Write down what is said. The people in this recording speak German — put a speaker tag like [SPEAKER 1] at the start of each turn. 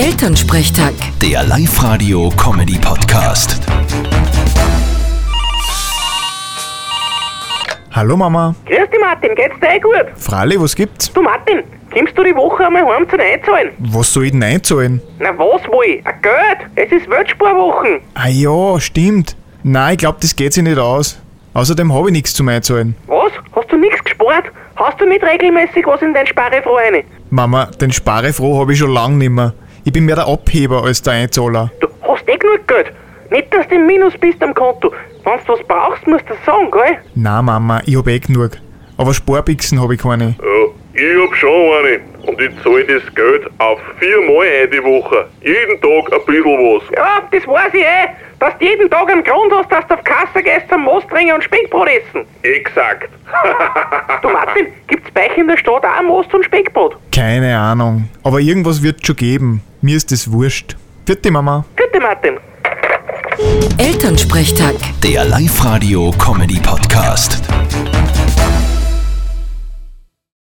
[SPEAKER 1] Elternsprechtag.
[SPEAKER 2] Der Live-Radio-Comedy-Podcast.
[SPEAKER 3] Hallo Mama.
[SPEAKER 4] Grüß dich Martin, geht's dir eh gut?
[SPEAKER 3] Frali, was gibt's?
[SPEAKER 4] Du Martin, kommst du die Woche einmal heim zu den Einzahlen?
[SPEAKER 3] Was soll ich denn einzahlen?
[SPEAKER 4] Na was wohl? Ein Geld! Es ist Weltsparwochen!
[SPEAKER 3] Ah ja, stimmt. Nein, ich glaub, das geht sich nicht aus. Außerdem habe ich nichts zum Einzahlen.
[SPEAKER 4] Was? Hast du nichts gespart? Hast du nicht regelmäßig was in dein Sparefroh rein?
[SPEAKER 3] Mama, den Sparefroh habe ich schon lang nimmer. Ich bin mehr der Abheber als der Einzahler.
[SPEAKER 4] Du hast eh genug Geld! Nicht, dass du im Minus bist am Konto. Wenn du was brauchst, musst du das sagen, gell?
[SPEAKER 3] Na Mama, ich habe eh genug. Aber Sparbixen habe ich keine.
[SPEAKER 5] Ja, ich hab schon eine. Und ich zahle das Geld auf viermal ein die Woche. Jeden Tag ein bisschen was.
[SPEAKER 4] Ja, das weiß ich eh! Dass du jeden Tag einen Grund hast, dass du auf Kasse gehst zum Most trinken und Speckbrot essen!
[SPEAKER 5] Exakt.
[SPEAKER 4] Du Martin, gibt's bei euch in der Stadt auch Most und Speckbrot?
[SPEAKER 3] Keine Ahnung. Aber irgendwas wird schon geben. Mir ist das wurscht. Vierte Mama.
[SPEAKER 4] Gute Martin!
[SPEAKER 1] Elternsprechtag.
[SPEAKER 2] Der Live-Radio-Comedy-Podcast.